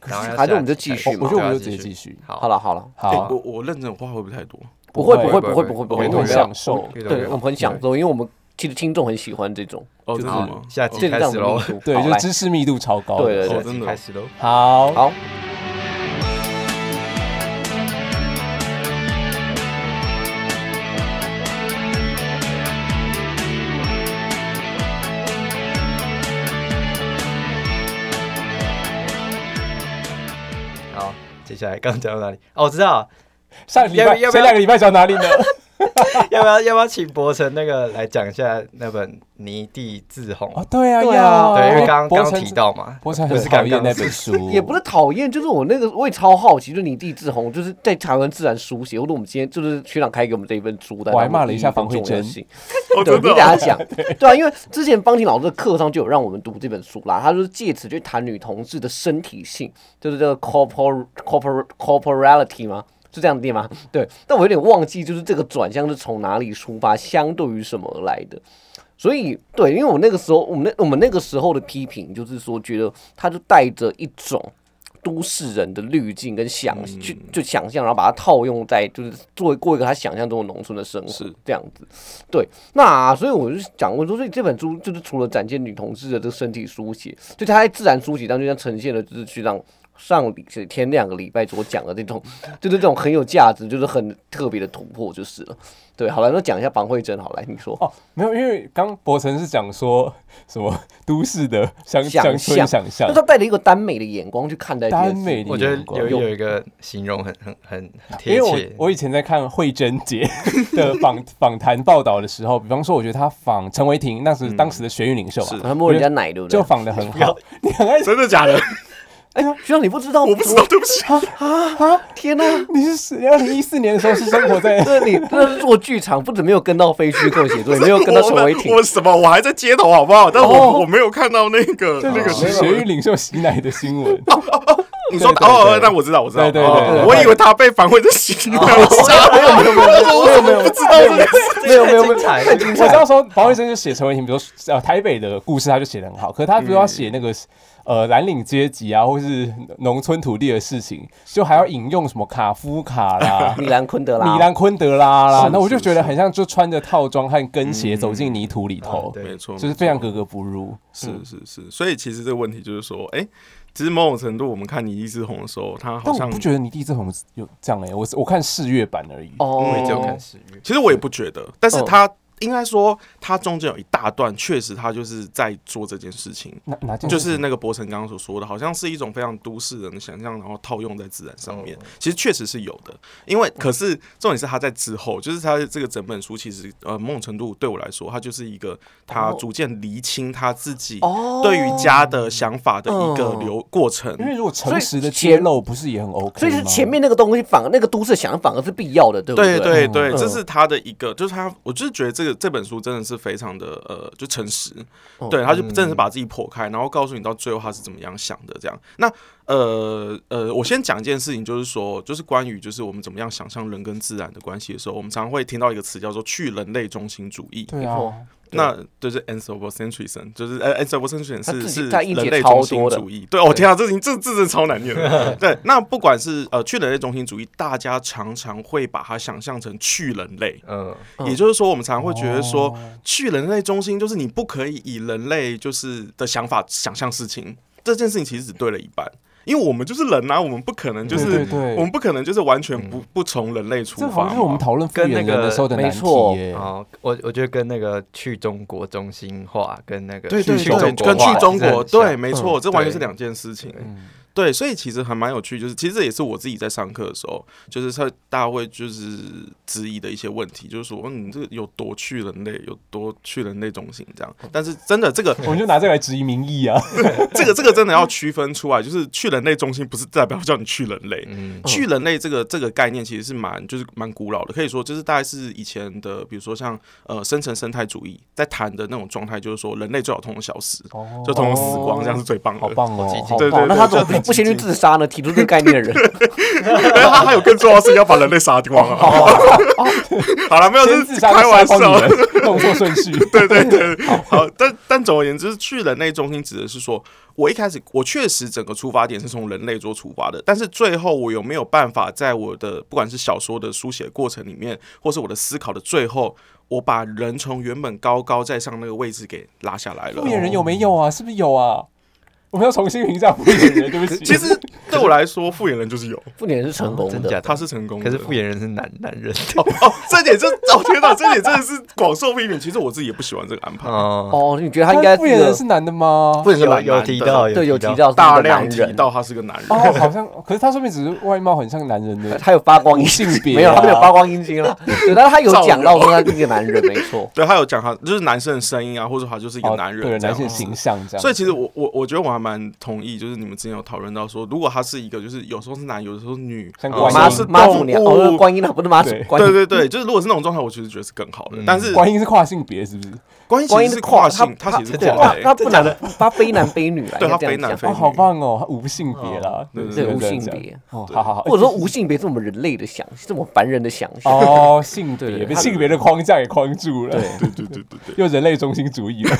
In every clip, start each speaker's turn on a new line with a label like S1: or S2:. S1: 可
S2: 然后
S1: 是
S2: 要
S3: 还是我们
S2: 下
S3: 就
S2: 集
S3: 继
S2: 开
S3: 续
S2: 始
S3: 嘛
S2: 对
S3: 我
S2: 啊
S3: 觉得我们
S2: 继
S3: 就直接
S2: 续
S3: 继续。
S2: 好
S3: 好了好了，
S1: 哎
S2: 好
S1: 我我认真的话会不会太多？
S3: 不会
S2: 不
S3: 不
S2: 会
S3: 会
S2: 不会
S3: 不会不
S2: 不
S3: 会不
S2: 会
S3: 会，
S2: 不
S3: 我
S2: 会
S3: 们
S2: 不
S3: 享
S2: 会
S3: 受
S2: 不会，
S3: 对
S2: 不
S3: 我
S2: 会
S3: 们很享受，因为我们其实听众很喜欢这种
S1: 哦，真的
S2: 好
S1: 吗？
S2: 下集
S3: 这
S2: 开
S3: 种
S2: 始喽
S3: 民， 俗。
S1: 对
S3: 好
S1: 就
S3: 来
S1: 知识密度超高的。
S3: 对对对
S1: 好
S2: 下
S1: 的
S2: 集
S1: 好
S2: 真的开始喽。
S1: 好，
S3: 好，
S2: 好，接下来刚刚讲到哪里？哦，我知道，
S1: 上个礼拜
S2: 要不要
S1: 前两个礼拜讲 哪里呢？
S2: 要不要要不要请博成那个来讲一下那本《泥地自红》
S1: 哦，对啊，
S3: 对啊
S1: 要
S2: 对，因为刚
S1: 博
S2: 刚
S1: 成
S2: 提到嘛，
S1: 博成
S2: 不
S1: 很
S2: 是
S1: 讨
S2: 刚
S1: 厌
S2: 刚
S1: 那
S2: 是
S1: 本 书，
S3: 哦也不是讨厌，就是我那个我也超好奇，就是你地志宏，就是在台湾自然书写，或者我们今天就是学长开给我们这一本书的，
S1: 我还骂了一下
S3: 然后我们
S1: 房慧珍
S3: 重要性
S1: 哦
S3: 对，你
S1: 真的哦
S3: 等下讲， 对啊，因为之前邦婷老师的课上就有让我们读这本书啦，他就是借此去谈女同志的身体性，就是这个 corpor corpor corporality 吗？是这样念吗？对，但我有点忘记，就是这个转向是从哪里出发，相对于什么而来的。所以，对，因为我那个时候，我们那我们那个时候的批评就是说，觉得他就带着一种都市人的滤镜跟想、去就想象，然后把它套用在就是做过一个他想象中的农村的生活，
S1: 是
S3: 这样子。对，那所以我就想问说，所以这本书就是除了展现女同志的这个身体书写，就它在自然书写当中，像呈现了就是去让上礼前两个礼拜所讲的那种， 就是这种很有价值，就是很特别的突破就是了。对，好了，那讲一下绑慧珍好了，来你说。
S1: 哦，没有，因为刚博成是讲说什么都市的乡
S3: 想
S1: 乡村
S3: 象
S1: 想象
S3: 就，他带着一个耽美的眼光去看待这件事
S1: 耽美的
S2: 我觉得
S1: 眼光
S2: 有有一个形容很很很很
S1: 因
S2: 贴
S1: 为
S2: 切，
S1: 我我以前在看慧珍姐的 访访谈报道的时候，比方说，我觉得她访陈维婷，那时
S2: 嗯
S1: 当时的学运领袖嘛，
S3: 他摸人家奶，对不对
S1: 就？访的很 好。你很爱
S4: 真的假 的？
S3: 哎呀，学长你不知道，啊
S4: 我不知道，对不 起。
S3: 天哪、
S1: 你是二零一四年的时候是生 活在
S3: 对你那是做剧场，不止没有跟到非虚构写作，也没有跟到陈伟霆、
S4: 我，我什么？我还在街头，好不好？但
S1: 哦
S4: 我我没有看到那个那个
S1: 学
S4: 新
S1: 学
S4: 闻。
S1: 运领袖洗奶的新闻。
S4: 你说
S1: 对对
S4: 哦，
S1: 对
S4: 那我知道，我知道。
S1: 对对
S4: 哦
S1: 对对
S4: 我以为他被反悔的行为，我吓到了。
S1: 没有没有，不知道没有没有没有
S2: 太精彩了
S1: 太精彩了。 我知道说黄慧珍就写陈伟霆，比如说呃台北的故事，他就写的很好，可是他比如要写那个。呃，蓝领阶级啊，或是农村土地的事情，就还要引用什么卡夫卡啦
S3: 米兰昆德拉，
S1: 米兰昆德拉啦，那我就是觉得很像，就穿着套装和跟鞋走进泥土里头，
S2: 对
S4: 没错，
S1: 就是非常格格不入。
S4: 是是是。所以其实这个问题就是说，哎，其实某种程度，我们看你一枝红的时候，他好
S1: 但我
S4: 像
S1: 不觉得你第一次红有这样哎、我我看试阅版而已。
S2: 我也只有
S3: 哦
S2: 看，食欲。
S4: 其实我也不觉得，但是
S1: 嗯
S4: 他应该说，他中间有一大段，确实他就是在做这件事情。
S1: 哪哪件事
S3: 哦
S4: 就是那个博成刚刚所说的，好像是一种非常都市人的想象，然后套用在自然上
S3: 哦
S4: 面，其实确实是有的。因为可是重点是他在之后，就是他这个整本书其实呃某种程度对我来说，他就是一个他
S3: 哦
S4: 逐渐厘清他自己
S3: 哦
S4: 对于家的想法的一个
S3: 嗯
S4: 流过程。
S1: 因为如果
S3: 所以
S1: 诚实的揭
S3: 前
S1: 露，不是也很 OK 吗？
S3: 所以是前面那个东西，反而那个都市想反而是必要的，对不
S4: 对
S3: 对
S4: 对对，
S3: 嗯
S4: 这是他的一个，就是他，我就是觉得这个这本书真的是非常的呃，就诚实，
S3: 哦
S4: 对，他就真的是把自己剖开，然后告诉你到最后他是怎么样想的这样。那呃呃，我先讲一件事情，就是说，就是关于就是我们怎么样想象人跟自然的关系的时候，我们常常会听到一个词叫做去人类中心主义，
S1: 对
S3: 哦
S1: 啊，
S4: 那就是 anthropocentrism，就是呃 anthropocentrism
S3: 他自
S4: 是
S3: 己
S4: 是
S3: 在一节
S4: 人类
S3: 超
S4: 中心
S3: 多的
S4: 主义。对，哦天啊，这这这这真的超难 念的。对，那不管是呃去人类中心主义，大家常常会把它想象成去人类，
S2: 嗯，
S3: 嗯
S4: 也就是说，我们常常会觉得说
S1: 哦，
S4: 去人类中心就是你不可以以人类就是的想法想象事情，这件事情其实只对了一半。因为我们就是人啊，我们不可能就是
S1: 对对对嗯
S4: 我们不可能就是完全不不从人类出
S1: 这好像
S4: 发
S1: 就是我
S4: 嘛
S1: 们。讨论复
S2: 跟
S1: 原
S2: 那
S1: 人的
S2: 个
S1: 时候的
S3: 没
S1: 难题
S3: 错
S1: 耶。
S2: 哦，我我觉得跟那个去中国中心化跟那个
S4: 对对
S2: 去
S4: 对，
S2: 中国
S4: 跟
S2: 化
S4: 去中
S2: 其实很
S4: 国
S2: 像嗯
S4: 对，没错，这完全是
S2: 对嗯
S4: 两件事情。对，所以其实还蛮有趣，就是其实这也是我自己在上课的时候，就是他大家会就是质疑的一些问题，就是说，嗯，你这个有多去人类，有多去人类中心这样。但是真的，这个
S1: 我们就拿这个来质疑民意啊。
S4: 这个这个真的要区分出来，就是去人类中心不是代表叫你去人类，
S2: 嗯，
S4: 去人类这个这个概念其实是蛮就是蛮古老的，可以说就是大概是以前的，比如说像呃深层生态主义在谈的那种状态，就是说人类最好通通消失，
S1: 哦
S4: 就通通死光，这样是最棒的。
S1: 好棒哦！
S2: 激进
S1: 好
S4: 对
S1: 棒
S4: 对
S3: 那
S4: 对，
S3: 他怎么
S4: 就很
S3: 不
S4: 激
S3: 先去
S4: 进。
S3: 自杀呢？提出这个概念的人，
S4: 但是他 还有更重要的事情，要把人类杀光啊！ 好了，没有，
S1: 哦先
S4: 这
S1: 自
S4: 是
S1: 杀
S4: 开
S1: 再杀
S4: 玩
S1: 光
S4: 笑
S1: 你。人，弄错顺序。
S4: 对对对，好，但但总而言之，去人类中心指的是说，我一开始我确实整个出发点是从人类做出发的，但是最后我有没有办法在我的不管是小说的书写过程里面，或是我的思考的最后，我把人从原本高高在上那个位置给拉下来了哦
S1: 复。眼人有没有啊？是不是有啊？我们要重新评价复眼人，对不起。
S4: 其实对我来说，复原人就是有，
S3: 复联是成功
S2: 真假
S3: 的，
S2: 的？
S4: 他是成功的。
S2: 可是复原人是男男人
S4: 哦哦，这点真，哦天哪，这点真的是广受批评。其实我自己也不喜欢这个安 排。
S2: 哦，
S3: 哦，你觉得他
S1: 但
S3: 应该
S1: 复眼人
S3: 是
S1: 是男的吗？
S4: 不能是
S2: 有
S4: 懒
S2: 有
S4: 男
S2: 提
S4: 的
S2: 到，
S3: 个对有提
S2: 到，
S3: 到是
S4: 大
S3: 一个男
S4: 量提
S3: 人，
S4: 到他是个男人，
S1: 哦，好像，可是他说明只是外貌很像男人 的。
S3: 他有发光阴
S1: 性别
S3: 没
S1: 啊
S3: 有，他没有发光阴茎了，啊对，但是他有讲到说他是一个男人，没错。
S4: 对他有讲他就是男生的声音啊，或者他就是一个
S1: 哦
S4: 男人
S1: 对
S4: 这样啊
S1: 男性形象这样。
S4: 所以其实我我我觉得我还蛮同意，就是你们之前有讨论到说，如果他是一个就是有时候是男，有时候是女，
S1: 像
S4: 有
S1: 观
S4: 时
S1: 音
S4: 候
S3: 妈
S4: 是
S3: 祖
S1: 是
S3: 妈祖
S4: 动
S3: 娘
S4: 物
S3: 哦，观音啊，不是妈祖
S1: 对，
S3: 观
S4: 对
S3: 音嗯
S4: 对对，就是如果是那种状态，我其实觉得是更好的。但是
S1: 观音是跨性别，是不是？
S4: 关系
S3: 观音
S4: 是
S3: 是跨
S4: 性，他
S3: 他
S4: 其实是
S2: 对
S4: 跨
S3: 哇
S4: 的欸，
S3: 他不男他非男非女啊，
S4: 对
S3: 应
S4: 他
S3: 该
S4: 非
S3: 这
S4: 男
S3: 样
S4: 非
S1: 哦，
S4: 女
S3: 讲，
S1: 好棒哦，他无性别啦，
S4: 对对
S1: 对
S3: 对
S1: 对
S3: 无性
S1: 这样
S3: 别，
S1: 哦，好好好，
S3: 或者说无性别是我们人类的想，是我们凡人的想象。
S1: 哦，性别
S3: 对
S1: 被
S3: 他
S1: 性别的框架给框住了，
S4: 对对对对对
S1: 又人类中心主义了。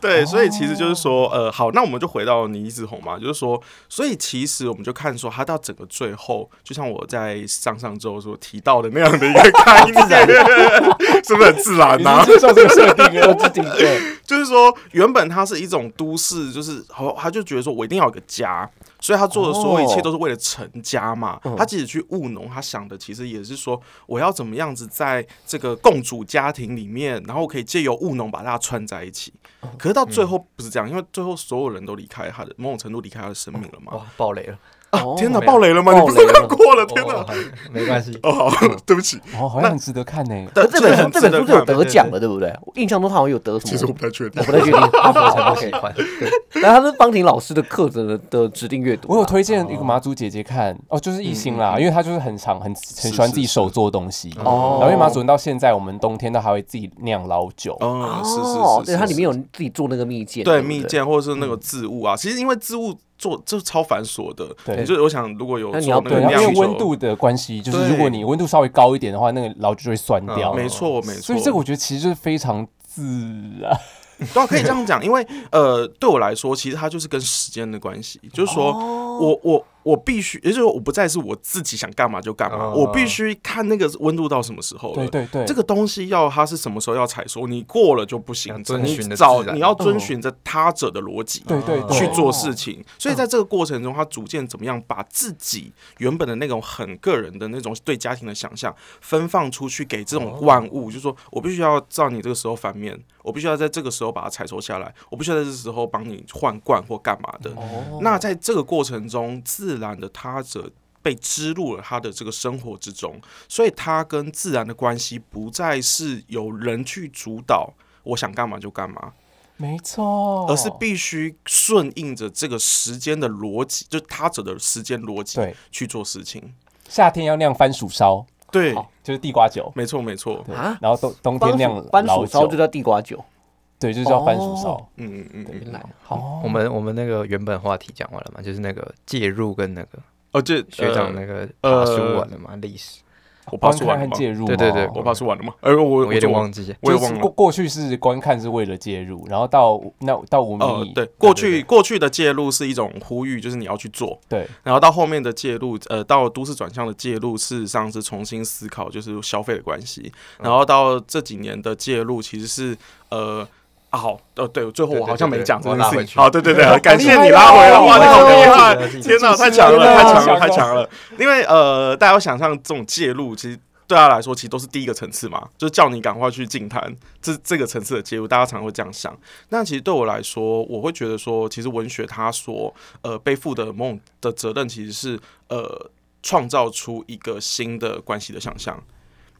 S4: 对，
S3: 哦
S4: 所以其实就是说，呃，好，那我们就回到倪志红嘛，就是说，所以其实我们就看说他到整个最后，就像我在上上周所提到的那样的一个概 念， 是不 是很自然啊
S1: 你
S4: 呐、
S1: 是接受这个设定啊
S3: 我
S1: 了？
S3: 自己对，
S4: 就是说，原本他是一种都市，就是好，他就觉得说我一定要有个家，所以他做的所有一切都是为了成家嘛。
S3: 嗯
S4: 他即使去务农，他想的其实也是说，我要怎么样子在这个共主家庭里面，然后可以借由务农把大家串在一起。
S3: 哦
S4: 可是到最后不是这样，因为最后所有人都离开他的，某种程度离开他的生命了嘛。
S2: 哇，爆雷了，
S3: 嗯哦
S4: 天哪，
S2: 没有
S4: 爆雷了吗？你
S3: 爆
S4: 不是
S3: 雷
S4: 看
S3: 了嗯
S4: 过了？天哪！
S2: 哦，没关 系，
S4: 哦，好，对不起。
S1: 哦，好像很值得看呢。
S4: 但
S3: 这本
S4: 真的
S3: 书
S4: 很
S3: 这本
S4: 值得
S3: 书是有
S4: 看
S3: 得奖的，对不对？我印象中他好像有得什么，
S4: 其实我不太确定
S3: 我。不太确定。
S2: 我才不喜欢。
S3: 然后他是方婷老师的课的的指定阅读啊，
S1: 我有推
S4: 哦
S1: 荐一个马祖姐姐看，哦，就是艺兴
S4: 嗯
S1: 啦，因为她就是很常很很喜欢自己手做东西，然
S3: 哦
S1: 后因为马祖人到现在，我们冬天都还会自己酿老酒，
S4: 哦，是
S3: 哦，
S4: 是是，
S3: 对，它里
S4: 是
S3: 面有自己做那个蜜饯，
S4: 对
S3: 不
S4: 蜜，饯或者是
S1: 嗯
S4: 那个渍物啊，其实因为渍物做这超繁琐的，
S1: 对
S4: 你就我想如果有
S3: 那你
S4: 做
S3: 要
S4: 那
S1: 对，
S4: 个
S1: 然后
S4: 酿
S1: 因为
S4: 酒
S1: 温度，的关系，就是
S4: 对嗯
S1: 如果你温度稍微高一点的话，那个老酒就会酸掉。
S4: 没错没错，
S1: 所以这个我觉得其实就是非常自然。
S4: 对啊，可以这样讲，因为呃，对我来说，其实它就是跟时间的关系，就是说
S1: 哦
S4: 我我我必须，也就是说我不再是我自己想干嘛就干嘛，
S2: 哦
S4: 我必须看那个温度到什么时候了
S1: 啊对。对对，
S4: 这个东西要它是什么时候要采收，你过了就不
S2: 要
S4: 行。
S2: 遵
S4: 你
S2: 循着
S4: 找
S2: 自然
S1: 嗯
S4: 你要遵循着他者的逻辑，
S1: 对对嗯对
S4: 去做事情。所以在这个过程中，他逐渐怎么样把自己原本的那种很个人的那种对家庭的想象分放出去给这种万
S1: 哦
S4: 物，就是说我必须要照你这个时候反面，我必须要在这个时候把它采收下来，我必须要在这时候帮你换罐或干嘛的。
S1: 哦
S4: 那在这个过程中，自然的他者。被植入了他的这个生活之中，所以他跟自然的关系不再是由人去主导，我想干嘛就干嘛，
S1: 没错，
S4: 而是
S2: 哦
S4: 必须顺应着这个时间的逻辑，就他者的时间逻辑
S1: 对
S4: 去做事情。
S1: 夏天要酿番薯烧，
S4: 对，
S1: 就是地瓜酒。
S4: 没错没错，
S1: 对
S3: 啊
S1: 然后冬冬天
S3: 番
S1: 酿
S3: 薯番
S1: 老
S3: 薯烧就
S1: 酒，
S3: 叫地瓜酒，
S1: 对，就是叫番薯烧
S3: 哦。
S4: 嗯嗯嗯嗯，
S3: 原来好，
S2: 我们我们那个原本话题讲完了嘛，就是那个介入跟那个
S4: 哦，这
S2: 学长
S4: 呃
S2: 那个
S4: 呃
S2: 爬书完了嘛，历史
S4: 我爬
S1: 观
S4: 书完了
S1: 看
S4: 吗
S1: 和？介入吗，
S2: 对对对
S4: 我爬书完了吗？哎，我我
S2: 哦我有点忘
S4: 记，
S2: 记，
S4: 我也
S1: 就是
S4: 忘
S1: 过
S4: 了。
S1: 过去是观看是为了介入，然后到那到我
S4: 哦
S1: 们，
S4: 对，过去
S2: 对对
S4: 过去的介入是一种呼吁，就是你要去做，
S1: 对
S4: 然后到后面的介入，呃，到都市转向的介入，事实上是重新思考就是消费的关系。然后到这几年的介入，其实是呃。啊、好，呃，对，最后我好像没讲这件
S2: 对对对对我拉
S4: 事
S2: 回
S4: 情。
S2: 去
S4: 好，对对对，
S1: 好
S4: 感谢
S1: 厉害
S4: 你
S1: 哦
S4: 拉回来，哇，
S1: 好
S4: 你
S1: 厉
S4: 好厉
S1: 害
S2: 哦
S4: 害！天哪，
S1: 主持
S4: 太
S1: 人
S4: 强了，
S1: 啊
S4: 太强
S1: 好
S4: 了，太强了！因为呃，大家想象这种介入，其实对他来说，其实都是第一个层次嘛，就是叫你赶快去净滩，这这个层次的介入，大家常会这样想。那其实对我来说，我会觉得说，其实文学它所呃背负的某种的责任，其实是呃创造出一个新的关系的想象。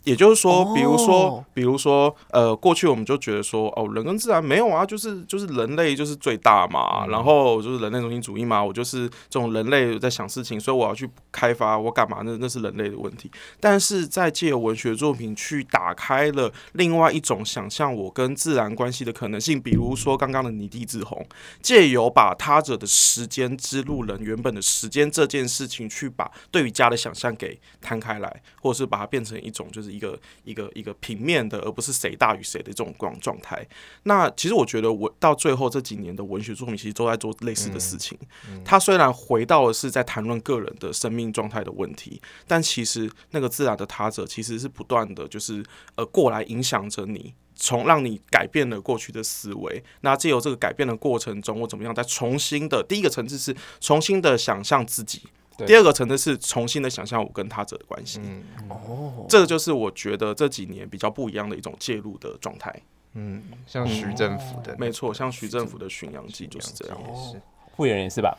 S4: 也就是说，比如说
S3: 哦，
S4: 比如说，呃，过去我们就觉得说，哦，人跟自然没有啊，就是就是人类就是最大嘛，然后就是人类中心主义嘛，我就是这种人类在想事情，所以我要去开发，我干嘛？那那是人类的问题。但是在借由文学作品去打开了另外一种想象我跟自然关系的可能性，比如说刚刚的泥地志宏，借由把他者的时间之路人原本的时间这件事情，去把对于家的想象给摊开来，或者是把它变成一种就是一个一个一个平面的，而不是谁大于谁的这种状状态。那其实我觉得我到最后这几年的文学作品，其实都在做类似的事情。他虽然回到的是在谈论个人的生命状态的问题，但其实那个自然的他者其实是不断的，就是呃过来影响着你。从让你改变了过去的思维，那借由这个改变的过程中，我怎么样再重新的第一个层次是重新的想象自己，
S1: 对
S4: 第二个层次是重新的想象我跟他者的关系。哦，这个就是我觉得这几年比较不一样的一种介入的状态。
S2: 嗯，像徐政府的，
S4: 没错，像徐政府的《巡洋记》就是这样。
S2: 也是，
S1: 复原人也是吧？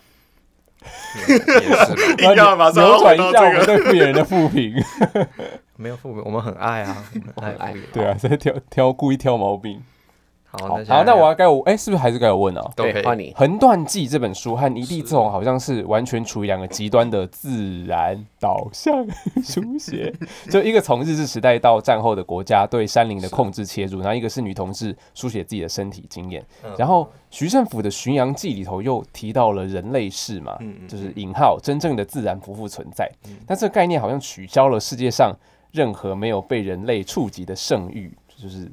S2: 也是啦
S4: 定要马上
S1: 扭转一
S4: 回
S1: 下
S4: 到
S1: 我
S4: 这
S1: 们对
S4: 个
S1: 复原人的负评。
S2: 没有父母，我们很爱啊，我们很爱父母。
S1: 对啊，在挑挑故意挑毛病。
S2: 好，那
S1: 好，
S2: 现在
S1: 好，那我要该我哎、是不是还是该我问啊？
S2: 都可
S3: 对，
S2: 以
S3: 换你
S1: 《横断记》这本书和《一地之红》好像是完全处于两个极端的自然导向书写， 就一个从日治时代到战后的国家对山林的控制切入，然后一个是女同志书写自己的身体经验，然后徐政府的《巡洋记》里头又提到了人类世嘛，
S4: 嗯
S1: 就是引号真正的自然不复存在，但这个概念好像取消了世界上任何没有被人类触及的圣域，就是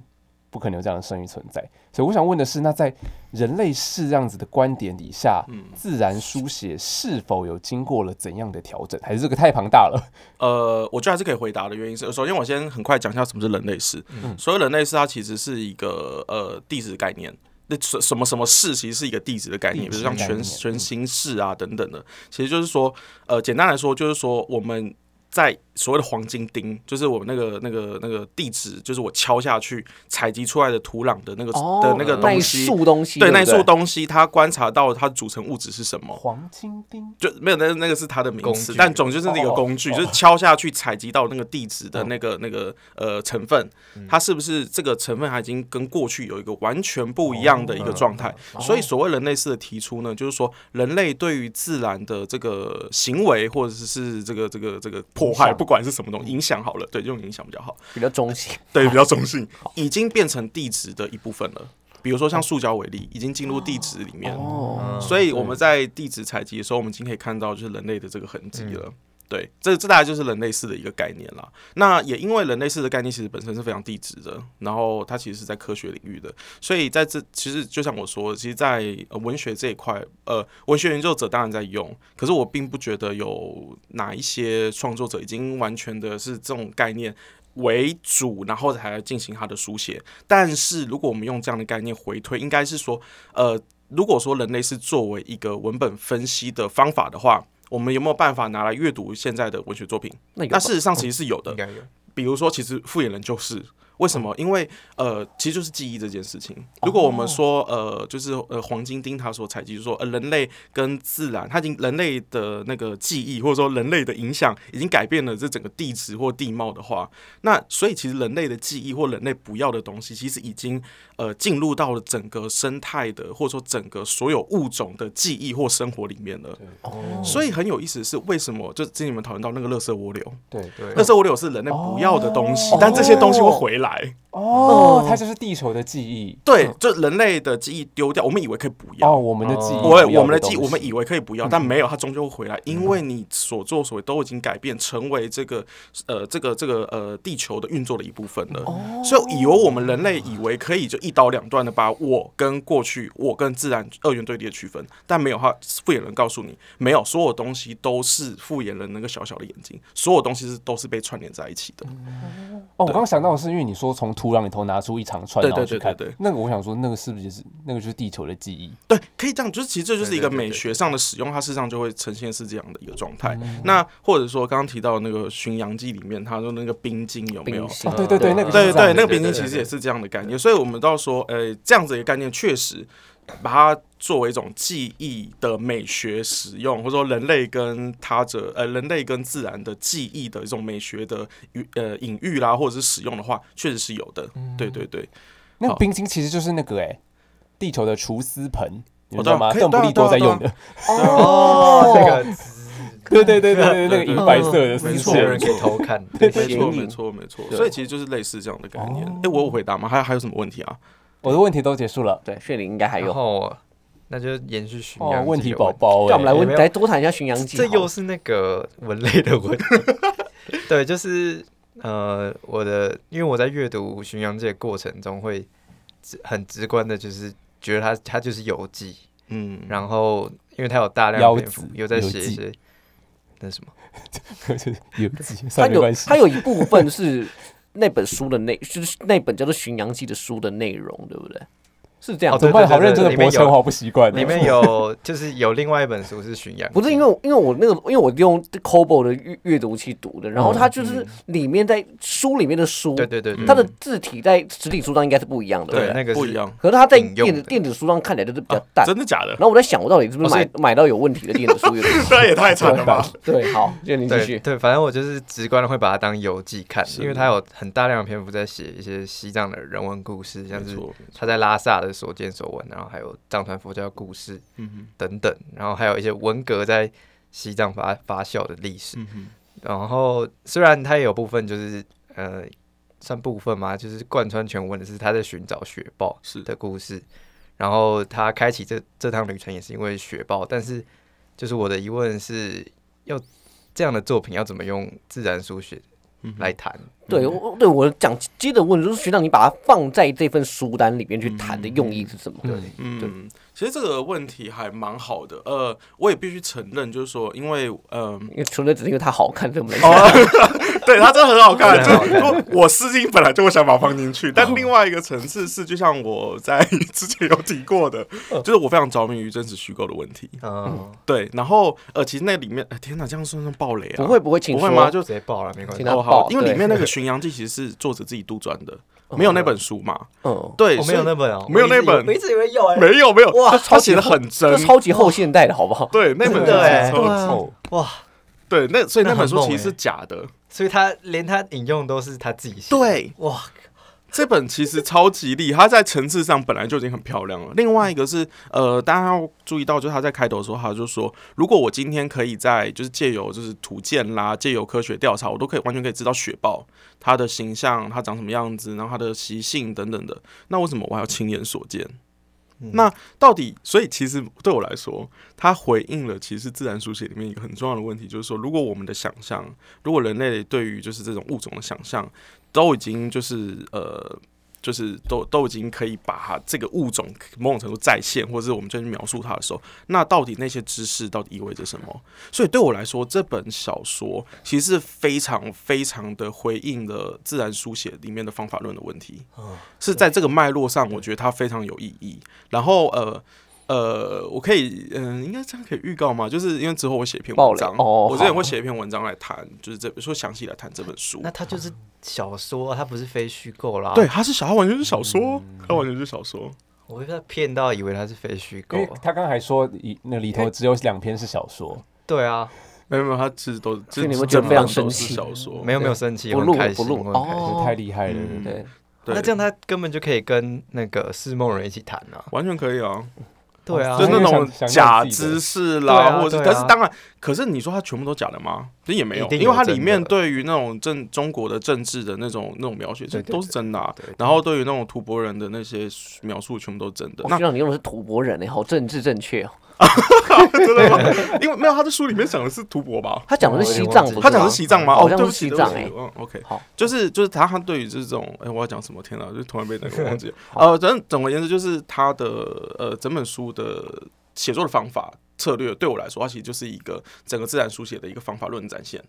S1: 不可能有这样的圣域存在。所以我想问的是，那在人类是这样子的观点底下，自然书写是否有经过了怎样的调整？还是这个太庞大了？
S4: 呃，我觉得还是可以回答的原因是，首先我先很快讲一下什么是人类世。
S3: 嗯
S4: 所谓人类世，它其实是一个呃地质概念。那什什么什么世，其实是一个地质的概念，
S1: 地
S4: 比
S1: 质
S4: 如像
S1: 概念
S4: 全全形式啊等等的。其实就是说，呃，简单来说，就是说我们在所谓的黄金钉，就是我们那个那个那个地质，就是我敲下去采集出来的土壤的那个、的那个
S3: 那一
S4: 东西，
S3: 束哦东西，
S4: 对，
S3: 对
S4: 那一
S3: 不对
S4: 束东西，它观察到它组成物质是什么，
S1: 黄金钉
S4: 就没有那那个是它的名
S2: 工
S4: 词
S2: 具，
S4: 但总之就是那个
S1: 哦
S4: 工具，
S1: 哦
S4: 就是敲下去采集到那个地址的那个、那个呃成分，它是不是这个成分还已经跟过去有一个完全不一样的一个状态？所以所谓人类式的提出呢，就是说人类对于自然的这个行为或者是这个这个这个破坏，不管是什么东西影响好了，对，用影响比较好，
S3: 比较中性，
S4: 对，比较中性，已经变成地质的一部分了。比如说像塑胶为例，已经进入地质里面，
S3: 哦，
S4: 所以我们在地质采集的时候，我们已经可以看到就是人类的这个痕迹了。对，这这大概就是人类式的一个概念啦。那也因为人类式的概念其实本身是非常地质的，然后它其实是在科学领域的，所以在这其实就像我说的，其实在，呃文学这一块，呃，文学研究者当然在用，可是我并不觉得有哪一些创作者已经完全的是这种概念。为主，然后才来进行它的书写。但是，如果我们用这样的概念回推，应该是说，呃，如果说人类是作为一个文本分析的方法的话，我们有没有办法拿来阅读现在的文学作品？
S3: 那有
S4: 那
S3: 吧
S4: 事实上其实是有的
S2: 应，该有
S4: 比如说，其实复眼人就是为什么？因为呃，其实就是记忆这件事情。如果我们说呃，就是呃，黄金丁他所采集就是说，呃，人类跟自然，他已经人类的那个记忆或者说人类的影响，已经改变了这整个地质或地貌的话，那所以其实人类的记忆或人类不要的东西，其实已经呃进入到了整个生态的或者说整个所有物种的记忆或生活里面了。
S1: 哦
S4: 所以很有意思的是，为什么就之前你们讨论到那个垃圾涡流？
S1: 对
S2: 对
S4: 那时候我有是人类不要的东西，
S1: 哦
S4: 但这些东西会回来。嗯
S1: 哦，它就是地球的记忆
S4: 对，就人类的记忆丢掉，我们以为可以不
S1: 哦，
S4: 要。
S1: 我们的记忆，
S4: 我我们的嗯记忆，我们以
S1: 为
S4: 为可以不要，但没有，它终究会回来，因为你所作所为都已经改变，成为这个呃这个这个呃地球的运作的一部分了。所以以为我们人类以为可以就一刀两断的把我跟过去、我跟自然二元对立的区分，但没有，它复眼人告诉你，没有，所有东西都是复眼人那个小小的眼睛，所有东西是都是被串联在一起的。
S1: 哦，我刚想到的是，因为你说从土壤里头拿出一长串，
S4: 对
S1: 然后去
S4: 对对
S1: 看
S4: 对对，
S1: 那个我想说，那个是不是也是那个就是地球的记忆？
S4: 对，可以这样，就是其实这就是一
S2: 对
S4: 个
S2: 对对
S4: 美学上的使用，它事实上就会呈现是这样的一个状态。
S2: 嗯
S4: 那或者说刚刚提到那个《巡洋记》里面，他说那个冰晶有没有
S3: 冰？心
S1: 哦，对对对，
S2: 对
S1: 那个
S4: 对
S1: 就是这
S4: 对，
S1: 样
S4: 那个
S1: 子
S4: 冰晶
S2: 对对
S4: 其实
S2: 对
S4: 也是这样的概念，所以我们到说，呃，这样子一个概念确实把它作为一种记忆的美学使用，或者说人类跟他者呃人类跟自然的记忆的一种美学的语呃隐喻啦，或者是使用的话，确实是有的。
S2: 嗯
S4: 对对对，
S1: 那个
S4: 好
S1: 冰晶其实就是那个哎、地球的除丝盆，你
S4: 哦
S1: 知道
S4: 对啊
S1: 吗？
S4: 可以
S1: 邓布
S4: 对啊
S1: 利多在
S4: 对啊对啊
S1: 用的，
S2: 哦，那个
S1: 对对对对对，那个银白色的
S4: 没
S1: 丝
S4: 错
S2: 没有
S1: 线
S2: 人可以偷看，
S4: 没
S3: 显
S4: 错
S3: 影
S4: 没错没错。
S3: 对
S4: 所以其实就是类似这样的概念。哎、我有回答吗？还有还有什么问题啊？
S1: 我的问题都结束了。
S3: 对，血里应该还有
S2: 然。后那就延续巡
S1: 哦，
S2: 洋
S1: 问
S2: 记
S1: 题
S2: 的
S1: 宝宝、
S3: 对，
S1: 欸，
S3: 我们来问
S2: 没，有
S3: 来多谈一下巡洋记好
S2: 这
S3: 了。
S2: 又是那个文类的问题。 对，就是呃，我的，因为我在阅读《巡洋记》的过程中，会直很直观的，就是觉得它它就是游记，
S4: 嗯，
S2: 然后因为它有大量
S1: 腰
S2: 篇
S1: 子
S2: 幅有在
S1: 游
S2: 写一
S1: 记
S2: 些那什么，
S1: 有几，
S3: 它
S1: 算没
S3: 有
S1: 关系
S3: 它。有一部分是那本书的内， 就是那本叫做《巡洋记》的书的内容，对不对？是这样
S2: 哦
S1: 怎
S3: 子
S1: 么
S2: 对
S3: 吗。
S1: 办？好认真
S2: 对对对里
S1: 的
S2: 面
S1: 博成，
S2: 有
S1: 好不习惯。
S2: 里面有就是有另外一本书是《巡洋记》，
S3: 不是因为因为我那个，因为我用 Kobo 的阅阅读器读的，然后它就是里面在书里面的书，
S2: 对对对对
S3: 它的字体在实体书上应该是不一样的，
S2: 对
S3: 不
S2: 那个
S4: 不
S2: 是
S4: 一样。啊
S3: 可是它在
S2: 引用
S3: 电子
S2: 的
S3: 电子书上看起来就是比较淡。
S4: 真的假 的
S3: 然？后我在想，我到底是不是
S2: 哦所以
S3: 买买到有问题的电子书阅读 器？
S4: 那也太惨 了吧！
S3: 对，好，就你继
S2: 对
S3: 续。
S2: 对，反正我就是直观的会把它当游记看，
S4: 是
S2: 因为它有很大量的篇幅在写一些西藏的人文故事，
S4: 没
S2: 像是
S4: 错，
S2: 他在拉萨的所见所闻，然后还有藏传佛教故事
S4: 嗯哼，
S2: 等等，然后还有一些文革在西藏发发酵的历史。
S4: 嗯哼，
S2: 然后虽然它也有部分就是呃，算部分嘛，就是贯穿全文的是他在寻找雪豹
S4: 是
S2: 的故事。然后他开启这这趟旅程也是因为雪豹，但是就是我的疑问是要这样的作品要怎么用自然书写
S4: 嗯哼
S2: 来谈？
S3: 对，我对我讲接着问，就是学长，你把它放在这份书单里面去谈的用意是什么？对，
S4: 嗯，其实这个问题还蛮好的。呃，我也必须承认，就是说，因为呃，
S3: 因为纯粹只是因为它好看，对不对？
S4: 对它真的很好看。
S2: 真的
S4: 就是说我私心本来就会想把它放进去，但另外一个层次是，就像我在 之前有提过的，就是我非常着迷于真实虚构的问题。
S2: 嗯，
S4: 对，然后呃，其实那里面，呃天哪，这样算不算暴雷啊？
S3: 不会不会，请
S4: 不
S3: 说。
S4: 会吗？就
S2: 就直接爆了，没关系
S3: 听。到
S4: 哦好，
S3: 爆
S4: 因为里
S3: 对
S4: 面那个《巡洋记》其实是作者自己杜撰的，没有那本书嘛。
S3: 嗯，
S4: 对，
S2: 我没
S4: 所以
S2: 有那本哦，
S4: 没有那本
S2: 我一直以为有哎，
S4: 没有没有，
S3: 哇
S4: 他
S3: 超
S4: 他
S3: 级
S4: 写的很真
S3: 这，超级后现代的好不好？
S4: 对，那本
S2: 真的欸
S4: 书超
S2: 对
S4: 级
S2: 啊
S1: 哦，
S2: 哇，
S4: 对，那所以那
S2: 那
S4: 本
S2: 很
S4: 书
S2: 猛
S4: 其实
S2: 欸
S4: 是假的。
S2: 所以他连他引用都是他自己写。，
S4: 对，
S2: 哇，
S4: 这本其实超级厉害，它在层次上本来就已经很漂亮了。另外一个是，呃，大家要注意到，就是他在开头的时候，他就说，如果我今天可以在就是借由就是图鉴啦，借由科学调查，我都可以完全可以知道雪豹它的形象、它长什么样子，然后它的习性等等的，那为什么我还要亲眼所见？
S2: 嗯
S4: 那到底，所以其实对我来说，它回应了其实自然书写里面一个很重要的问题，就是说，如果我们的想象，如果人类对于就是这种物种的想象，都已经就是呃，就是都都已经可以把它这个物种某种程度再现，或者是我们就去描述它的时候，那到底那些知识到底意味着什么？所以对我来说，这本小说其实是非常非常的回应了自然书写里面的方法论的问题，
S3: 嗯
S4: 是在这个脉络上，我觉得它非常有意义。然后呃。呃，我可以，嗯、应该这样可以预告吗？就是因为之后我写一篇
S3: 爆
S4: 文
S3: 雷
S4: 章，
S3: 哦
S4: 我之前
S3: 好
S4: 会写一篇文章来谈，就是这说详细来谈这本书。
S2: 那他就是小说啊，他不是非虚构
S3: 啊
S2: 啦。
S4: 对，，它是小，它完全是小
S3: 嗯
S4: 说，它完全是小说。
S2: 我被他骗到以为他是非虚
S1: 因
S2: 构
S1: 为。他刚才说里那里头只有两篇是小说，
S2: 对啊，
S4: 没有没有，它其实都，其
S3: 啊所以
S4: 实
S3: 你们觉
S4: 整
S3: 得
S4: 本
S3: 非常
S4: 都
S3: 生
S4: 是
S3: 气
S4: 小说，
S2: 没有没有生气，
S3: 不
S2: 我
S3: 录
S2: 很开心，
S3: 不录
S2: 我很开心。
S3: 哦
S1: 太厉害了。
S4: 嗯
S1: 对
S3: 对，
S4: 对
S2: 那这样他根本就可以跟那个释梦人一起谈啊。
S4: 完全可以啊，
S2: 对啊
S1: 哦
S4: 就，
S1: 真
S4: 那
S1: 的
S4: 种
S1: 想想象
S4: 假
S1: 自己的
S4: 知识
S2: 对
S4: 啦，
S2: 啊
S4: 或者是，
S2: 对啊
S4: 但是当然，可是你说它全部都假的吗？其实也没有
S2: 一，定有
S4: 因为它里
S2: 真的
S4: 面对于那种政中国的政治的那种那种描写，这
S2: 对对
S4: 都是真的啊
S2: 对对。
S4: 然后对于那种吐蕃人的那些描述，全部都是真的。
S3: 我
S4: 那
S3: 学长你用的是吐蕃人哎，好政治正确哦。
S4: 真的吗？因为没有，他在书里面讲的是吐蕃吧？
S3: 他讲的是
S2: 我有
S3: 西
S2: 点
S3: 藏
S2: 忘记
S3: 不是吗，
S4: 他讲的是西藏吗？
S3: 好
S4: 哦，
S3: 像
S4: 对
S3: 是
S4: 不起，
S3: 西
S4: 对不
S3: 藏
S4: 起
S3: 哎。
S4: 嗯，OK，
S3: 好，
S4: 就是就是他他对于这种，哎、我要讲什么？天哪，就突然被那个忘记了。呃，反正总而言之，就是他的呃整本书的写作的方法策略，对我来说，它其实就是一个整个自然书写的一个方法论展现。
S3: 嗯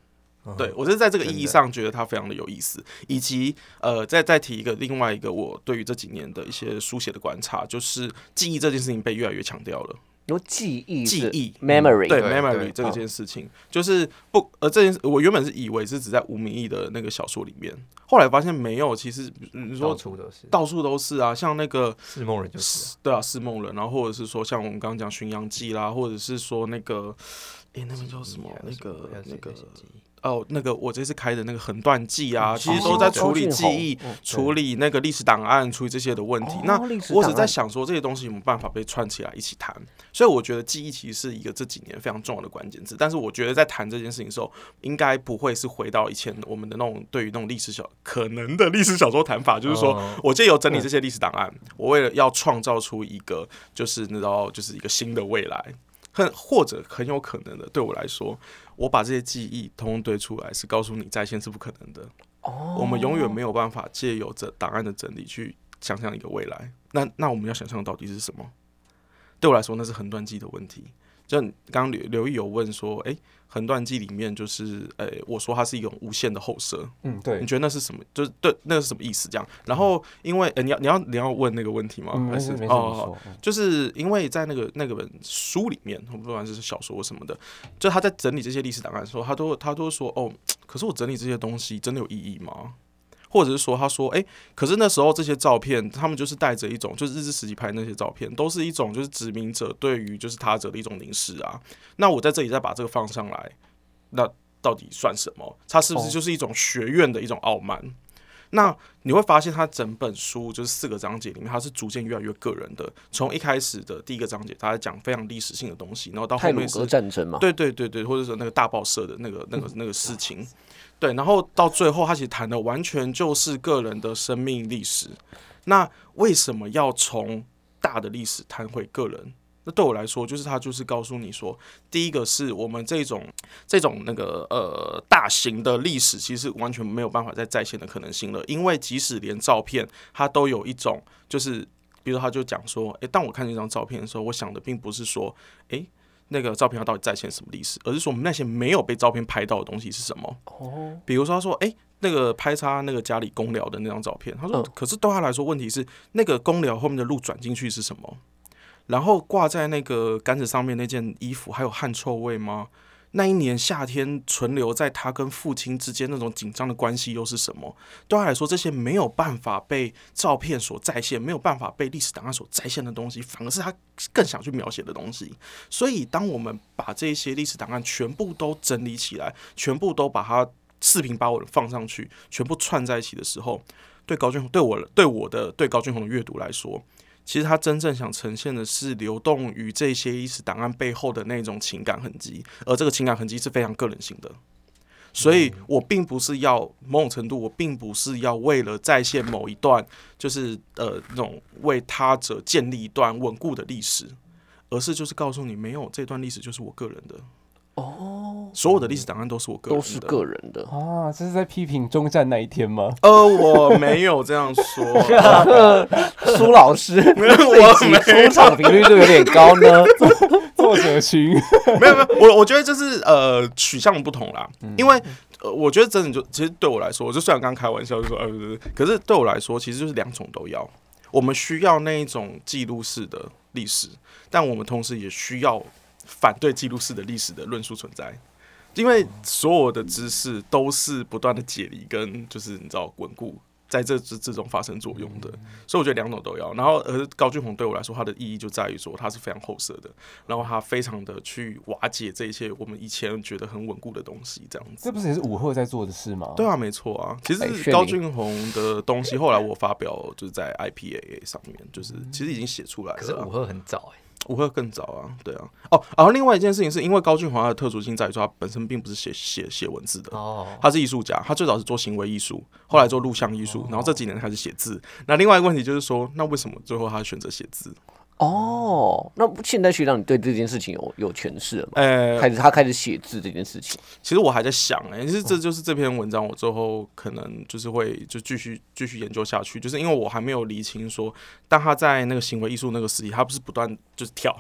S4: 对我是在这个意义上觉得它非常的有意思，以及呃，再再提一个另外一个我对于这几年的一些书写的观察，就是记忆这件事情被越来越强调了。
S3: 你说记忆
S4: 记
S3: 是
S4: 忆嗯
S3: memory，
S4: 对
S2: 对
S4: memory
S2: 对嗯
S4: 这件事情，就是不呃这件事，我原本是以为是只在吴明义的那个小说里面，后来发现没有，其实嗯你
S2: 到
S4: 说
S2: 处都是，
S4: 到处都是啊，像那个
S2: 是梦人就是啊
S4: 对啊，释梦人，然后或者是说像我们刚刚讲《巡洋记》啦，或者是说那个，诶，那个叫什么？那个那个哦，那个我这次开的那个横断记啊，
S2: 嗯
S4: 其实都在
S2: 哦
S4: 处理
S3: 高
S4: 记
S3: 俊宏
S4: 忆
S3: 嗯、
S4: 处理那个历史档案、处理这些的问题
S3: 哦。
S4: 那
S3: 历史
S4: 我只
S3: 档
S4: 在
S3: 案
S4: 想说，这些东西有没有办法被串起来一起谈？所以我觉得记忆其实是一个这几年非常重要的关键字。但是我觉得在谈这件事情的时候，应该不会是回到以前我们的那种对于那种历史小可能的历史小说谈法，就是说
S2: 哦
S4: 我借由整理这些历史档案，我为了要创造出一个就是你知道就是一个新的未来，很或者很有可能的，对我来说，我把这些记忆通通堆出来，是告诉你在线是不可能的。
S3: 哦，
S4: 我们永远没有办法借由这档案的整理去想象一个未来。那那我们要想象的到底是什么？对我来说，那是横断记的问题。就你刚刚刘刘毅有问说，诶，横断记里面就是，诶，我说它是一种无限的后设，
S1: 嗯，对
S4: 你，觉得那是什么？就是对，那是什么意思？这样。然后因为，呃，你要你要你要问那个问题吗？
S1: 嗯，
S4: 还
S1: 没
S4: 是
S1: 事没事，你
S4: 哦，
S1: 说，嗯
S4: 就是因为在那个那个本书里面，不管是小说什么的，就他在整理这些历史档案的时候，他都他都说哦，可是我整理这些东西真的有意义吗？或者是说，他说，哎、可是那时候这些照片，他们就是带着一种，就是日治时期拍的那些照片，都是一种就是殖民者对于就是他者的一种凝视啊。那我在这里再把这个放上来，那到底算什么？它是不是
S1: 哦
S4: 就是一种学院的一种傲慢？那你会发现，它整本书就是四个章节里面，它是逐渐越来越个人的。从一开始的第一个章节，它在讲非常历史性的东西，然后到后
S3: 泰鲁
S4: 面是
S3: 格战争嘛，
S4: 对对对对，或者说那个大报社的那个那个那个事情，对，然后到最后他其实谈的完全就是个人的生命历史。那为什么要从大的历史谈回个人？那对我来说，就是他就是告诉你说，第一个是我们这种这种那个呃大型的历史，其实完全没有办法再再现的可能性了，因为即使连照片，它都有一种就是。比如他就讲说，诶、当我看这张照片的时候，我想的并不是说，诶、那个照片它到底再现什么历史，而是说我们那些没有被照片拍到的东西是什么。
S3: 哦，
S4: 比如说，他说，诶，那个拍他那个家里公寮的那张照片，他说，
S3: 嗯
S4: 可是对他来说，问题是那个公寮后面的路转进去是什么？然后挂在那个杆子上面那件衣服还有汗臭味吗？那一年夏天存留在他跟父亲之间那种紧张的关系又是什么？对他来说，这些没有办法被照片所再现，没有办法被历史档案所再现的东西，反而是他更想去描写的东西。所以，当我们把这些历史档案全部都整理起来，全部都把它四平八稳地放上去，全部串在一起的时候，对高俊宏，对我对我的对高俊宏的阅读来说，其实他真正想呈现的是流动于这些历史档案背后的那种情感痕迹，而这个情感痕迹是非常个人性的。所以我并不是要某种程度，我并不是要为了再现某一段，就是呃那种为他者建立一段稳固的历史，而是就是告诉你，没有这段历史就是我个人的。哦，所有的历史档案都是我个人
S3: 都
S4: 的，
S3: 是个人的。
S1: 啊，这是在批评中战那一天吗？
S4: 呃，我没有这样 说，
S3: 苏老师 这一集出场频率就有点高呢，
S1: 作者群
S4: 没有没有，我我觉得就是呃取向不同啦，
S3: 嗯
S4: 因为。呃，我觉得真的就其实对我来说，我就虽然刚开玩笑就说，呃，不是可是对我来说，其实就是两种都要。我们需要那一种记录式的历史，但我们同时也需要反对记录式的历史的论述存在，因为所有的知识都是不断的解离跟就是你知道稳固在这之之中发生作用的，所以我觉得两种都要。然后，而高俊宏对我来说，它的意义就在于说它是非常后设的，然后他非常的去瓦解这一些我们以前觉得很稳固的东西，这样子。
S1: 这不是也是午后在做的事吗？
S4: 对啊，没错啊。其
S3: 哎
S4: 实
S3: 炫
S4: 高
S3: 灵
S4: 俊宏的东西，后来我发表就 是在 IPAA 上面，就是其实已经写出来
S2: 嗯可是
S4: 了
S2: 五
S4: 啊。
S2: 鹤很早哎，
S4: 我会更早啊，对啊。哦，然后另外一件事情是因为高俊宏他的特殊性在于说，他本身并不是写写写文字的，
S2: 哦，
S4: 他是艺术家，他最早是做行为艺术，后来做录像艺
S2: 哦
S4: 术，然后这几年开始写字。那另外一个问题就是说，那为什么最后他选择写字？
S3: 哦，那现在学长，你对这件事情有有诠释了吗？
S4: 呃，
S3: 开始他开始写字这件事情，
S4: 其实我还在想、欸，其实这就是这篇文章，我最后可能就是会就继续继续研究下去，就是因为我还没有理清说，当他在那个行为艺术那个时期，他不是不断就是跳，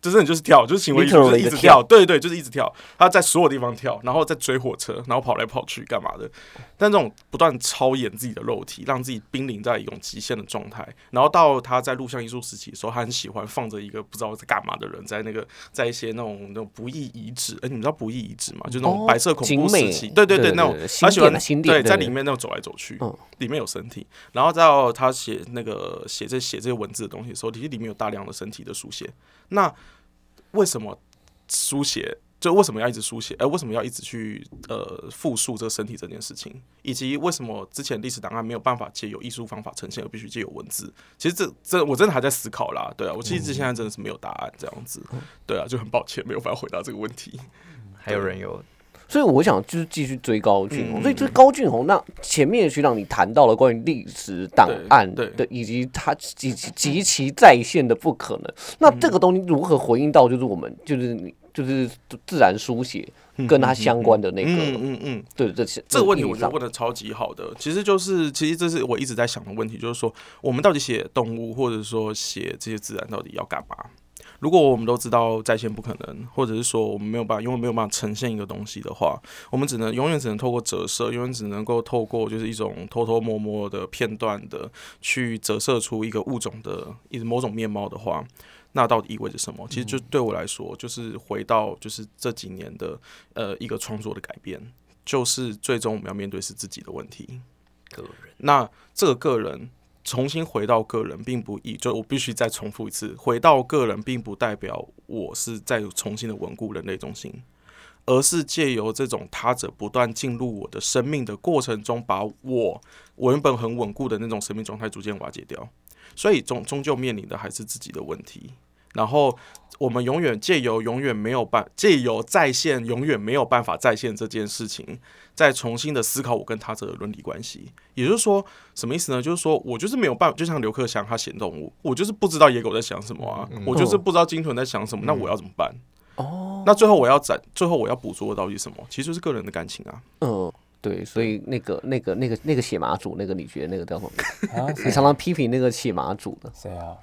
S4: 这真的就是跳，就是行为艺术，就
S3: Literally
S4: 是一直
S3: 的
S4: 跳，
S3: 跳
S4: 对对，就是一直跳。他在所有地方跳，然后再追火车，然后跑来跑去干嘛的？但这种不断超演自己的肉体，让自己濒临在一种极限的状态。然后到他在录像艺术时期的时候，他很喜欢放着一个不知道在干嘛的人，在那个 在一些那种那种不义遗址，哎、你们知道不义遗址吗？就那种
S3: 哦
S4: 白色恐怖
S3: 景
S4: 时
S3: 美
S4: 期，对对
S3: 对
S4: 对，
S3: 对
S4: 那种
S3: 对
S4: 他
S3: 新
S4: 喜
S3: 店啊
S4: 欢
S3: 新店
S4: 对
S3: 对
S4: 在
S3: 对
S4: 里面那种走来走去
S3: 嗯，
S4: 里面有身体。然后再到他写那个写这写这些文字的东西的时候，其实里面有大量的身体的书写。那为什么书写？就为什么要一直书写？哎、为什么要一直去呃复述这个身体这件事情，以及为什么之前历史档案没有办法借由艺术方法呈现，而必须借由文字？其实这这我真的还在思考啦，对啊，我其实现在真的是没有答案这样子，对啊，就很抱歉没有办法回答这个问题。
S2: 还有人有
S3: 所以我想就是继续追高俊宏，
S4: 嗯
S3: 所以就是高俊宏，那前面学长你谈到了关于历史档案
S4: 对
S3: 的，以及他极极其在线的不可能，那这个东西如何回应到就是我们就是你就是自然书写跟它相关的那个、
S4: 嗯嗯嗯，
S3: 对这些
S4: 这个问题
S3: 议
S4: 我
S3: 题
S4: 觉得
S3: 上
S4: 问的超级好的，其实就是其实这是我一直在想的问题，就是说我们到底写动物或者说写这些自然到底要干嘛？如果我们都知道在线不可能，或者是说我们没有办法，因为没有办法呈现一个东西的话，我们只能永远只能透过折射，永远只能够透过就是一种偷偷摸摸的片段的去折射出一个物种的一某种面貌的话，那到底意味着什么？其实就对我来说，就是回到就是这几年的呃一个创作的改变，就是最终我们要面对是自己的问题。
S2: 个人，
S4: 那这个个人重新回到个人，并不意，就我必须再重复一次，回到个人，并不代表我是在重新的稳固人类中心，而是借由这种他者不断进入我的生命的过程中，把我我原本很稳固的那种生命状态逐渐瓦解掉。所以终终究面临的还是自己的问题。然后我们永远借由永远没有办借由在线永远没有办法在线这件事情，再重新的思考我跟他者的伦理关系。也就是说，什么意思呢？就是说我就是没有办法，就像刘克祥他写动物，我就是不知道野狗在想什么啊，
S3: 嗯
S4: 我就是不知道鲸豚在想什么，那我要怎么办？哦，那最后我要展，最后我要捕捉的到底是什么？其实就是个人的感情啊。
S3: 嗯。对，所以那个、那个、那个、那个血麻主，那个你觉得那个叫什么？
S1: 啊，
S3: 你常常批评那个血麻主的，
S1: 谁啊？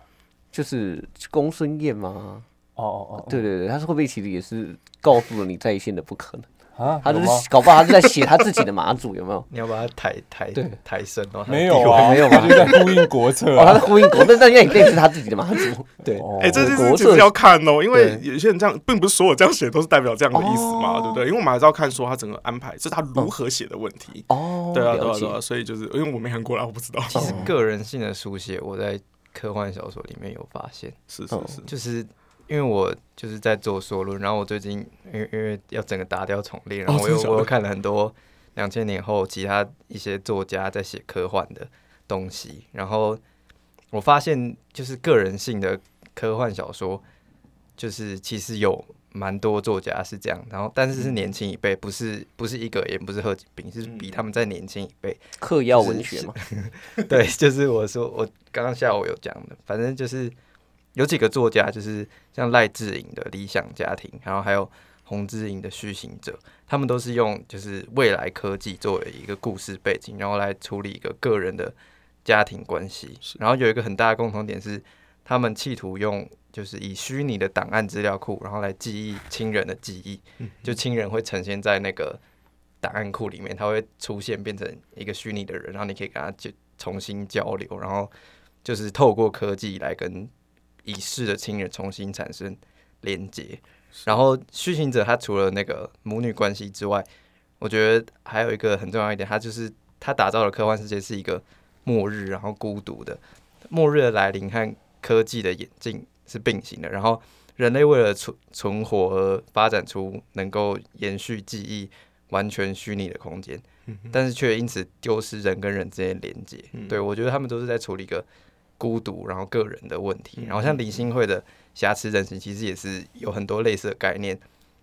S3: 就是公孙燕吗？
S1: 哦哦
S3: 对对对，他是会不会其实也是告诉了你在线的不可能？
S1: 哦，啊，
S3: 他就
S1: 有吗
S3: 是搞不好他是在写他自己的马祖，有没有？
S2: 你要把它抬抬
S3: 对
S2: 抬升哦，它的
S1: 没
S2: 地
S1: 有
S2: 位
S1: 啊，
S3: 没有
S1: 他
S3: 吗
S1: 就在呼应国策
S3: 哦，他在。
S1: 啊
S3: 呼应狗， 但但那你那是他自己的马祖，对，
S1: 哦
S4: 哎、这件
S3: 我
S4: 事
S3: 我
S4: 情
S3: 这
S4: 是要看哦，因为有些人这样，并不是所有这样写都是代表这样的意思嘛，
S3: 哦
S4: 对不对？因为我们还是要看说他整个安排，这是他如何写的问题。
S3: 哦，
S4: 对啊，对
S3: 了
S4: 啊，
S3: 解哦
S4: 对啊，所以就是因为我没看过啦，我不知道。
S2: 其实个人性的书写，我在科幻小说里面有发现，
S4: 是是
S3: 哦
S4: 是，
S2: 就是因为我就是在做说论，然后我最近因为因为要整个打掉重练，然
S4: 哦
S2: 后我又、
S4: 真的假的
S2: 我又看了很多两千年后其他一些作家在写科幻的东西，然后我发现就是个人性的科幻小说，就是其实有蛮多作家是这样，然后但是
S4: 嗯
S2: 是年轻一辈，不是不是一个也不是贺锦斌，是比他们再年轻一辈，
S3: 嗑药文学嘛，
S2: 对，就是我说我刚刚下午有讲的，反正就是有几个作家，就是像赖志颖的《理想家庭》，然后还有洪志颖的《虚行者》，他们都是用就是未来科技作为一个故事背景，然后来处理一个个人的家庭关系。然后有一个很大的共同点是，他们企图用就是以虚拟的档案资料库，然后来记忆亲人的记忆，就亲人会呈现在那个。档案库里面，它会出现变成一个虚拟的人，然后你可以跟他就重新交流，然后就是透过科技来跟已逝的亲人重新产生连接。然后虚行者他除了那个母女关系之外，我觉得还有一个很重要一点，他就是他打造的科幻世界是一个末日，然后孤独的末日的来临和科技的演进是并行的。然后人类为了存存活而发展出能够延续记忆、完全虚拟的空间。
S4: 嗯
S2: 但是却因此丢失人跟人之间的连接。对我觉得他们都是在处理一个孤独，然后个人的问题。然后像林心慧的《瑕疵人形》，其实也是有很多类似的概念，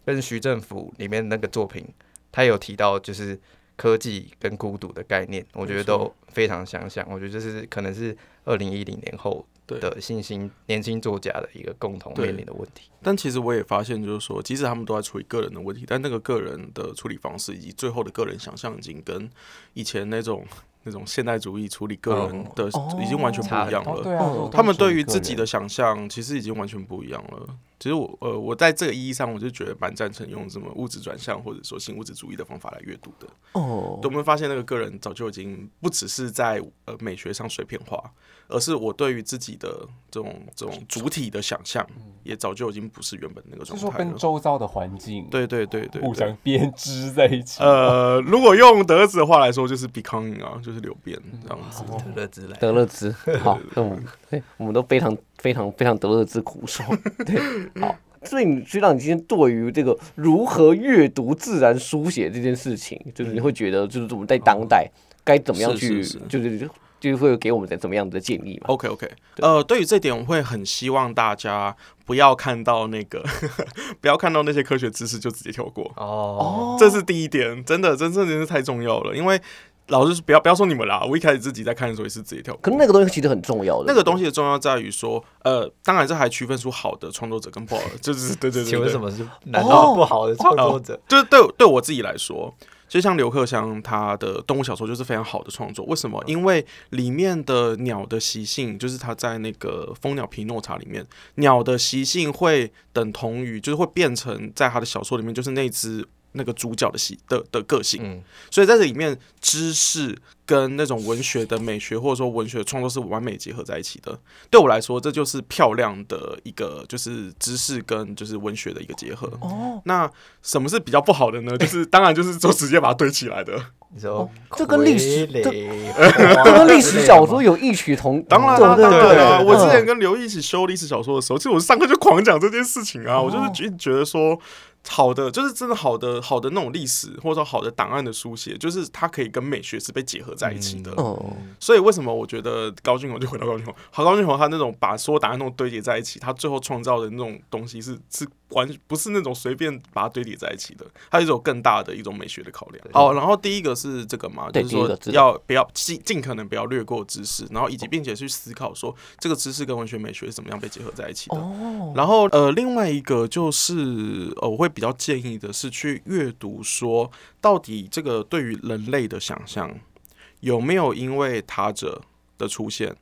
S2: 跟徐政府里面那个作品，他有提到就是科技跟孤独的概念，我觉得都非常相像。我觉得这是可能是二零一零年后
S4: 对
S2: 的新兴年轻作家的一个共同
S4: 对
S2: 面临的问题。
S4: 但其实我也发现，就是说，即使他们都在处理个人的问题，但那个个人的处理方式以及最后的个人想象，已经跟以前那种那种现代主义处理个人
S2: 哦
S4: 的，已经完全
S2: 差
S4: 不一
S2: 很
S4: 样
S1: 哦
S4: 了。
S1: 对啊，
S3: 哦
S1: 如果
S4: 他们
S1: 跟
S4: 对于
S1: 个
S4: 自己
S1: 人
S4: 的想象，其实已经完全不一样了。其实我呃，我在这个意义上，我就觉得蛮赞成用什么物质转向或者说新物质主义的方法来阅读的。
S3: 哦
S4: 对，我们发现那个个人早就已经不只是在呃美学上碎片化，而是我对于自己的这种这种主体的想象，也早就已经不是原本那个
S1: 就
S4: 状
S1: 嗯是说
S4: 态
S1: 跟
S4: 了。
S1: 周遭的环境
S4: 对对对对，
S1: 互
S4: 对
S1: 相编织在一起。
S4: 呃，如果用德子的话来说，就是 becoming 啊，就是流变
S1: 嗯
S4: 这样子。
S2: 德勒之来，
S3: 德勒 兹，好，那我们对，我们都非常非常非常德勒兹苦 手。对，好，所以你学长，你今天对于这个如何阅读自然书写这件事情，就是你会觉得，就是我们在当代该怎么样
S4: 是
S3: 去，
S4: 嗯是是
S3: 就是就会给我们怎怎么样的建议嘛？
S4: OK OK，呃，对于这点，我会很希望大家不要看到那个， 不要看到那些科学知识就直接跳过，
S2: 哦，
S4: 这是第一点，真的，真真的是太重要了。因为老实说，不要不要说你们啦，我一开始自己在看的时候也是直接跳过。
S3: 可能那个东西其实很重要的，
S4: 那个东西的重要在于说，呃，当然这还区分出好的创作者跟不好的，就是对对对对。
S2: 请问什么是哦难道不好的创作者？
S4: 就是对对我自己来说，就像刘克襄他的动物小说就是非常好的创作。为什么？因为里面的鸟的习性，就是他在那个《蜂鸟皮诺查》里面，鸟的习性会等同于，就是会变成在他的小说里面，就是那只那个主角的习的的个性。
S2: 嗯，
S4: 所以在这里面，知识跟那种文学的美学，或者说文学的创作是完美结合在一起的。对我来说，这就是漂亮的一个，就是知识跟就是文学的一个结合。哦，那什么是比较不好的呢？就是当然就是说直接把它堆起来的。
S2: 你说
S3: 哦这跟历 史
S2: 傀儡
S3: 这跟历史小说有异曲同，
S4: 当然
S3: 对
S4: 啦，
S3: 不对
S4: 当然啦，
S3: 对
S4: 我之
S3: 嗯
S4: 前跟刘毅一起修历史小说的时候，其实我上课就狂讲这件事情
S3: 哦
S4: 啊，我就是觉觉得说。好的，就是真的好的，好的那种历史或者说好的档案的书写，就是它可以跟美学是被结合在一起的。
S3: 哦
S4: 所以为什么我觉得高俊宏就回到高俊宏， 好，高俊宏他那种把所有答案都堆叠在一起，他最后创造的那种东西是是完不是那种随便把它堆叠在一起的，它是一种更大的一种美学的考量。哦，然后第一个是这个嘛，
S3: 对
S4: 就
S3: 第
S4: 是
S3: 一
S4: 说
S3: 个知道
S4: 要不要尽尽可能不要略过知识，然后以及并且去思考说这个知识跟文学美学是怎么样被结合在一起的。
S3: 哦
S4: 然后呃，另外一个就是呃，我会比较建议的是去阅读说到底这个对于人类的想象。有没有因为他者的出现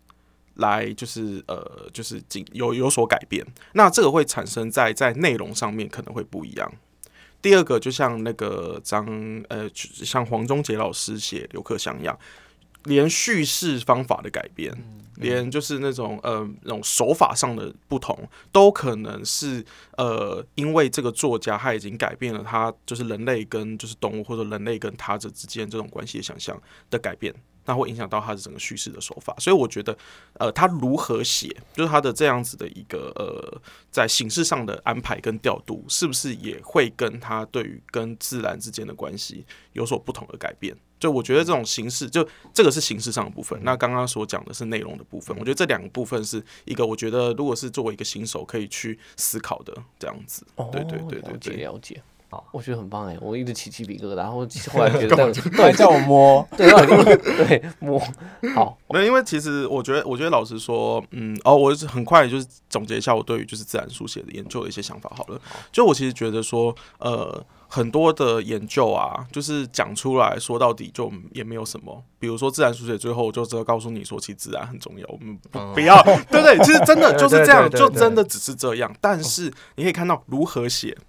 S4: 来就是呃就是进有有所改变？那这个会产生在在内容上面可能会不一样。第二个就像那个张呃像黄宗杰老师写刘克襄一样，连叙事方法的改变，连就是那种呃那种手法上的不同，都可能是呃因为这个作家他已经改变了他就是人类跟就是动物或者人类跟他者之间这种关系的想象。的改变，那会影响到他的整个叙事的手法。所以我觉得，呃，他如何写，就是他的这样子的一个呃，在形式上的安排跟调度，是不是也会跟他对于跟自然之间的关系有所不同的改变？就我觉得这种形式，就这个是形式上的部
S3: 嗯
S4: 分。那刚刚所讲的是内容的部分，我觉得这两个部分是一个，我觉得如果是作为一个新手可以去思考的这样子。哦对对对对
S3: 哦了解
S4: 对。
S3: 了解
S2: 好。
S3: 我觉得很棒哎，我一直起鸡皮疙瘩，然后后来觉 得
S1: 突然
S3: 对
S1: 叫我摸，
S3: 对 对对摸好
S4: 没有，因为其实我觉得，我觉得老实说，嗯，哦，我是很快就是总结一下我对于就是自然书写的研究的一些想法好了。就我其实觉得说，呃，很多的研究啊，就是讲出来说到底就也没有什么。比如说自然书写，最后我就只要告诉你说，其实自然很重要，我们不
S2: 嗯
S4: 不要， 对对，其实真的就是这样，
S2: 对对对对
S4: 就真的只是这样。但是你可以看到如何写。
S2: 嗯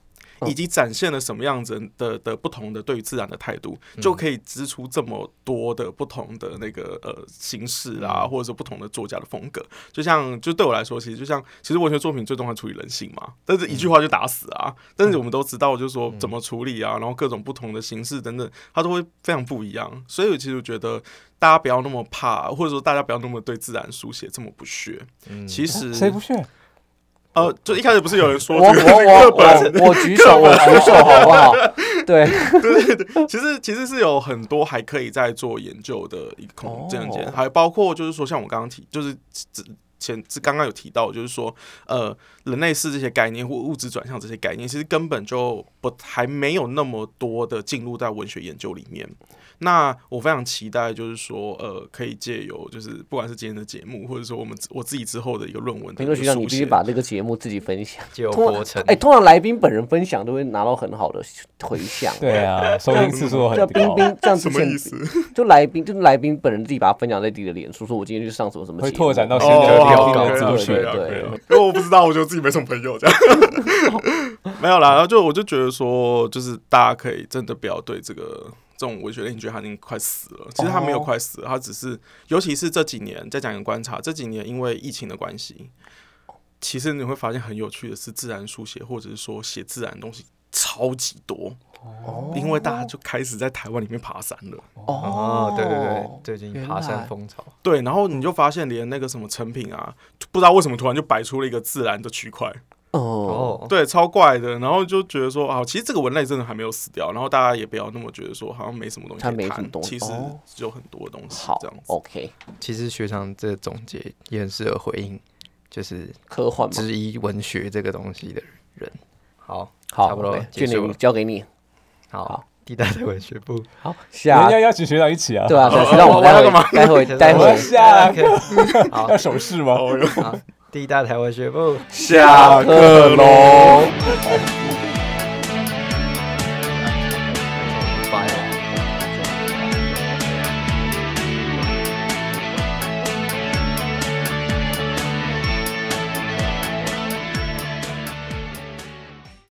S4: 以及展现了什么样子的的的不同的对于自然的态度，
S2: 嗯
S4: 就可以织出这么多的不同的那个呃形式
S2: 嗯
S4: 啊，或者说不同的作家的风格。就像就对我来说，其实就像其实文学作品最终还处理人性嘛，但是一句话就打死啊。但是我们都知道，就是说怎么处理啊，然后各种不同的形式等等，它都会非常不一样。所以我其实我觉得大家不要那么怕，或者说大家不要那么对自然书写这么不屑。
S2: 嗯
S4: 其实
S1: 谁不屑？
S4: 呃，就一开始不是有人说
S3: 我
S4: 这
S3: 我
S4: 个
S3: 我
S4: 课本
S3: 我我举手，我举手好不好？对，
S4: 其实其实是有很多还可以再做研究的一个空间，
S3: 哦
S4: 还包括就是说，像我刚刚提，就是前刚刚有提到，就是说，呃，人类世这些概念或物质转向这些概念，其实根本就不还没有那么多的进入到文学研究里面。那我非常期待，就是说，呃，可以借由就是不管是今天的节目，或者说我们我自己之后的一个论文
S3: 评
S4: 的一
S3: 论学
S4: 个
S3: 长，你
S4: 书
S3: 必
S4: 写
S3: 须，把这个节目自己分享。
S2: 就有
S3: 通
S2: 过
S3: 常
S2: 程。
S3: 哎，通常来宾本人分享都会拿到很好的回响。
S1: 对啊，收听次数都很
S3: 对啊，冰
S1: 高，
S3: 冰这样
S4: 什
S3: 之
S4: 么
S3: 前
S4: 意思？
S3: 就来宾就是来宾本人自己把它分享在自己的脸书，说我今天去上什么什么节目，啊
S1: 会拓展到新
S4: 哦，
S1: 的
S4: 好
S1: 聊
S4: 好
S1: 天
S4: 可
S1: 的
S4: 以
S1: 族
S4: 啊
S1: 群
S4: 可以。啊
S3: 对
S4: 可以啊因为我不知道，我觉得自己没什么朋友这样。没有啦，然后就我就觉得说，就是大家可以真的不要对这个这种文学类，你觉得他已经快死了。其实他没有快死了，他只是，尤其是这几年，再讲一个观察，这几年因为疫情的关系，其实你会发现很有趣的是，自然书写或者是说写自然的东西超级多，因为大家就开始在台湾里面爬山了。
S2: 哦，对对对，最近
S3: 原
S2: 爬山
S3: 来
S2: 风潮，
S4: 对，然后你就发现连那个什么成品啊，不知道为什么突然就摆出了一个自然的区块，
S3: 哦，
S2: 哦，
S4: 对，超怪的。然后就觉得说，啊，其实这个文类真的还没有死掉，然后大家也不要那么觉得说好像没什么东西
S3: 它
S4: 可
S3: 没
S4: 以
S3: 什么
S4: 谈，
S3: 东西
S4: 其实
S3: 哦
S4: 有很多东西
S3: 好
S4: 这样子。
S3: ，OK，
S2: 其实学长这总结也很适合回应，就是
S3: 科幻嘛，
S2: 质疑文学这个东西的人。好，
S3: 好，
S2: 差不多
S3: OK，
S2: 结
S3: 就
S2: 束
S3: 你
S2: 了。
S3: 交给你，
S2: 好，地带的文学部，
S3: 好，
S1: 人
S3: 下
S1: 家邀请学长一起啊，
S3: 对啊，下次让我们
S4: 我要
S3: 待
S4: 干嘛
S3: 会待会待
S1: 我要
S3: 会
S1: 下
S2: 可以好
S1: 要手
S4: 哦
S1: 势吗？啊
S2: 好，地大台文学部。
S3: 下课喽。